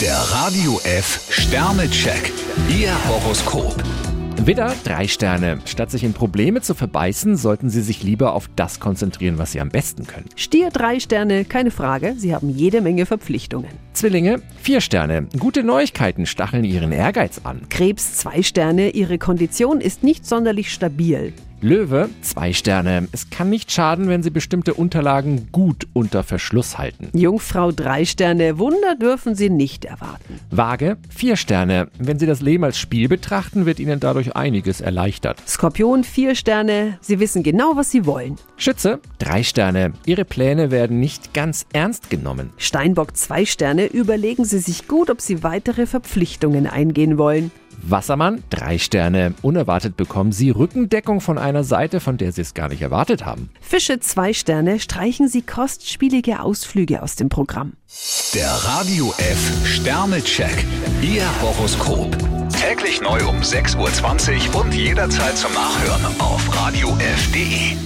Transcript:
Der Radio F Sternecheck. Ihr Horoskop. Widder, drei Sterne. Statt sich in Probleme zu verbeißen, sollten Sie sich lieber auf das konzentrieren, was Sie am besten können. Stier drei Sterne, keine Frage, Sie haben jede Menge Verpflichtungen. Zwillinge, vier Sterne. Gute Neuigkeiten stacheln Ihren Ehrgeiz an. Krebs zwei Sterne, Ihre Kondition ist nicht sonderlich stabil. Löwe, zwei Sterne. Es kann nicht schaden, wenn Sie bestimmte Unterlagen gut unter Verschluss halten. Jungfrau drei Sterne, Wunder dürfen Sie nicht erwarten. Waage, vier Sterne. Wenn Sie das Leben als Spiel betrachten, wird Ihnen dadurch einiges erleichtert. Skorpion vier Sterne, Sie wissen genau, was Sie wollen. Schütze, drei Sterne. Ihre Pläne werden nicht ganz ernst genommen. Steinbock zwei Sterne, überlegen Sie sich gut, ob Sie weitere Verpflichtungen eingehen wollen. Wassermann, drei Sterne. Unerwartet bekommen Sie Rückendeckung von einer Seite, von der Sie es gar nicht erwartet haben. Fische zwei Sterne, streichen Sie kostspielige Ausflüge aus dem Programm. Der Radio F Sternecheck. Ihr Horoskop. Täglich neu um 6.20 Uhr und jederzeit zum Nachhören auf Radio radiof.de.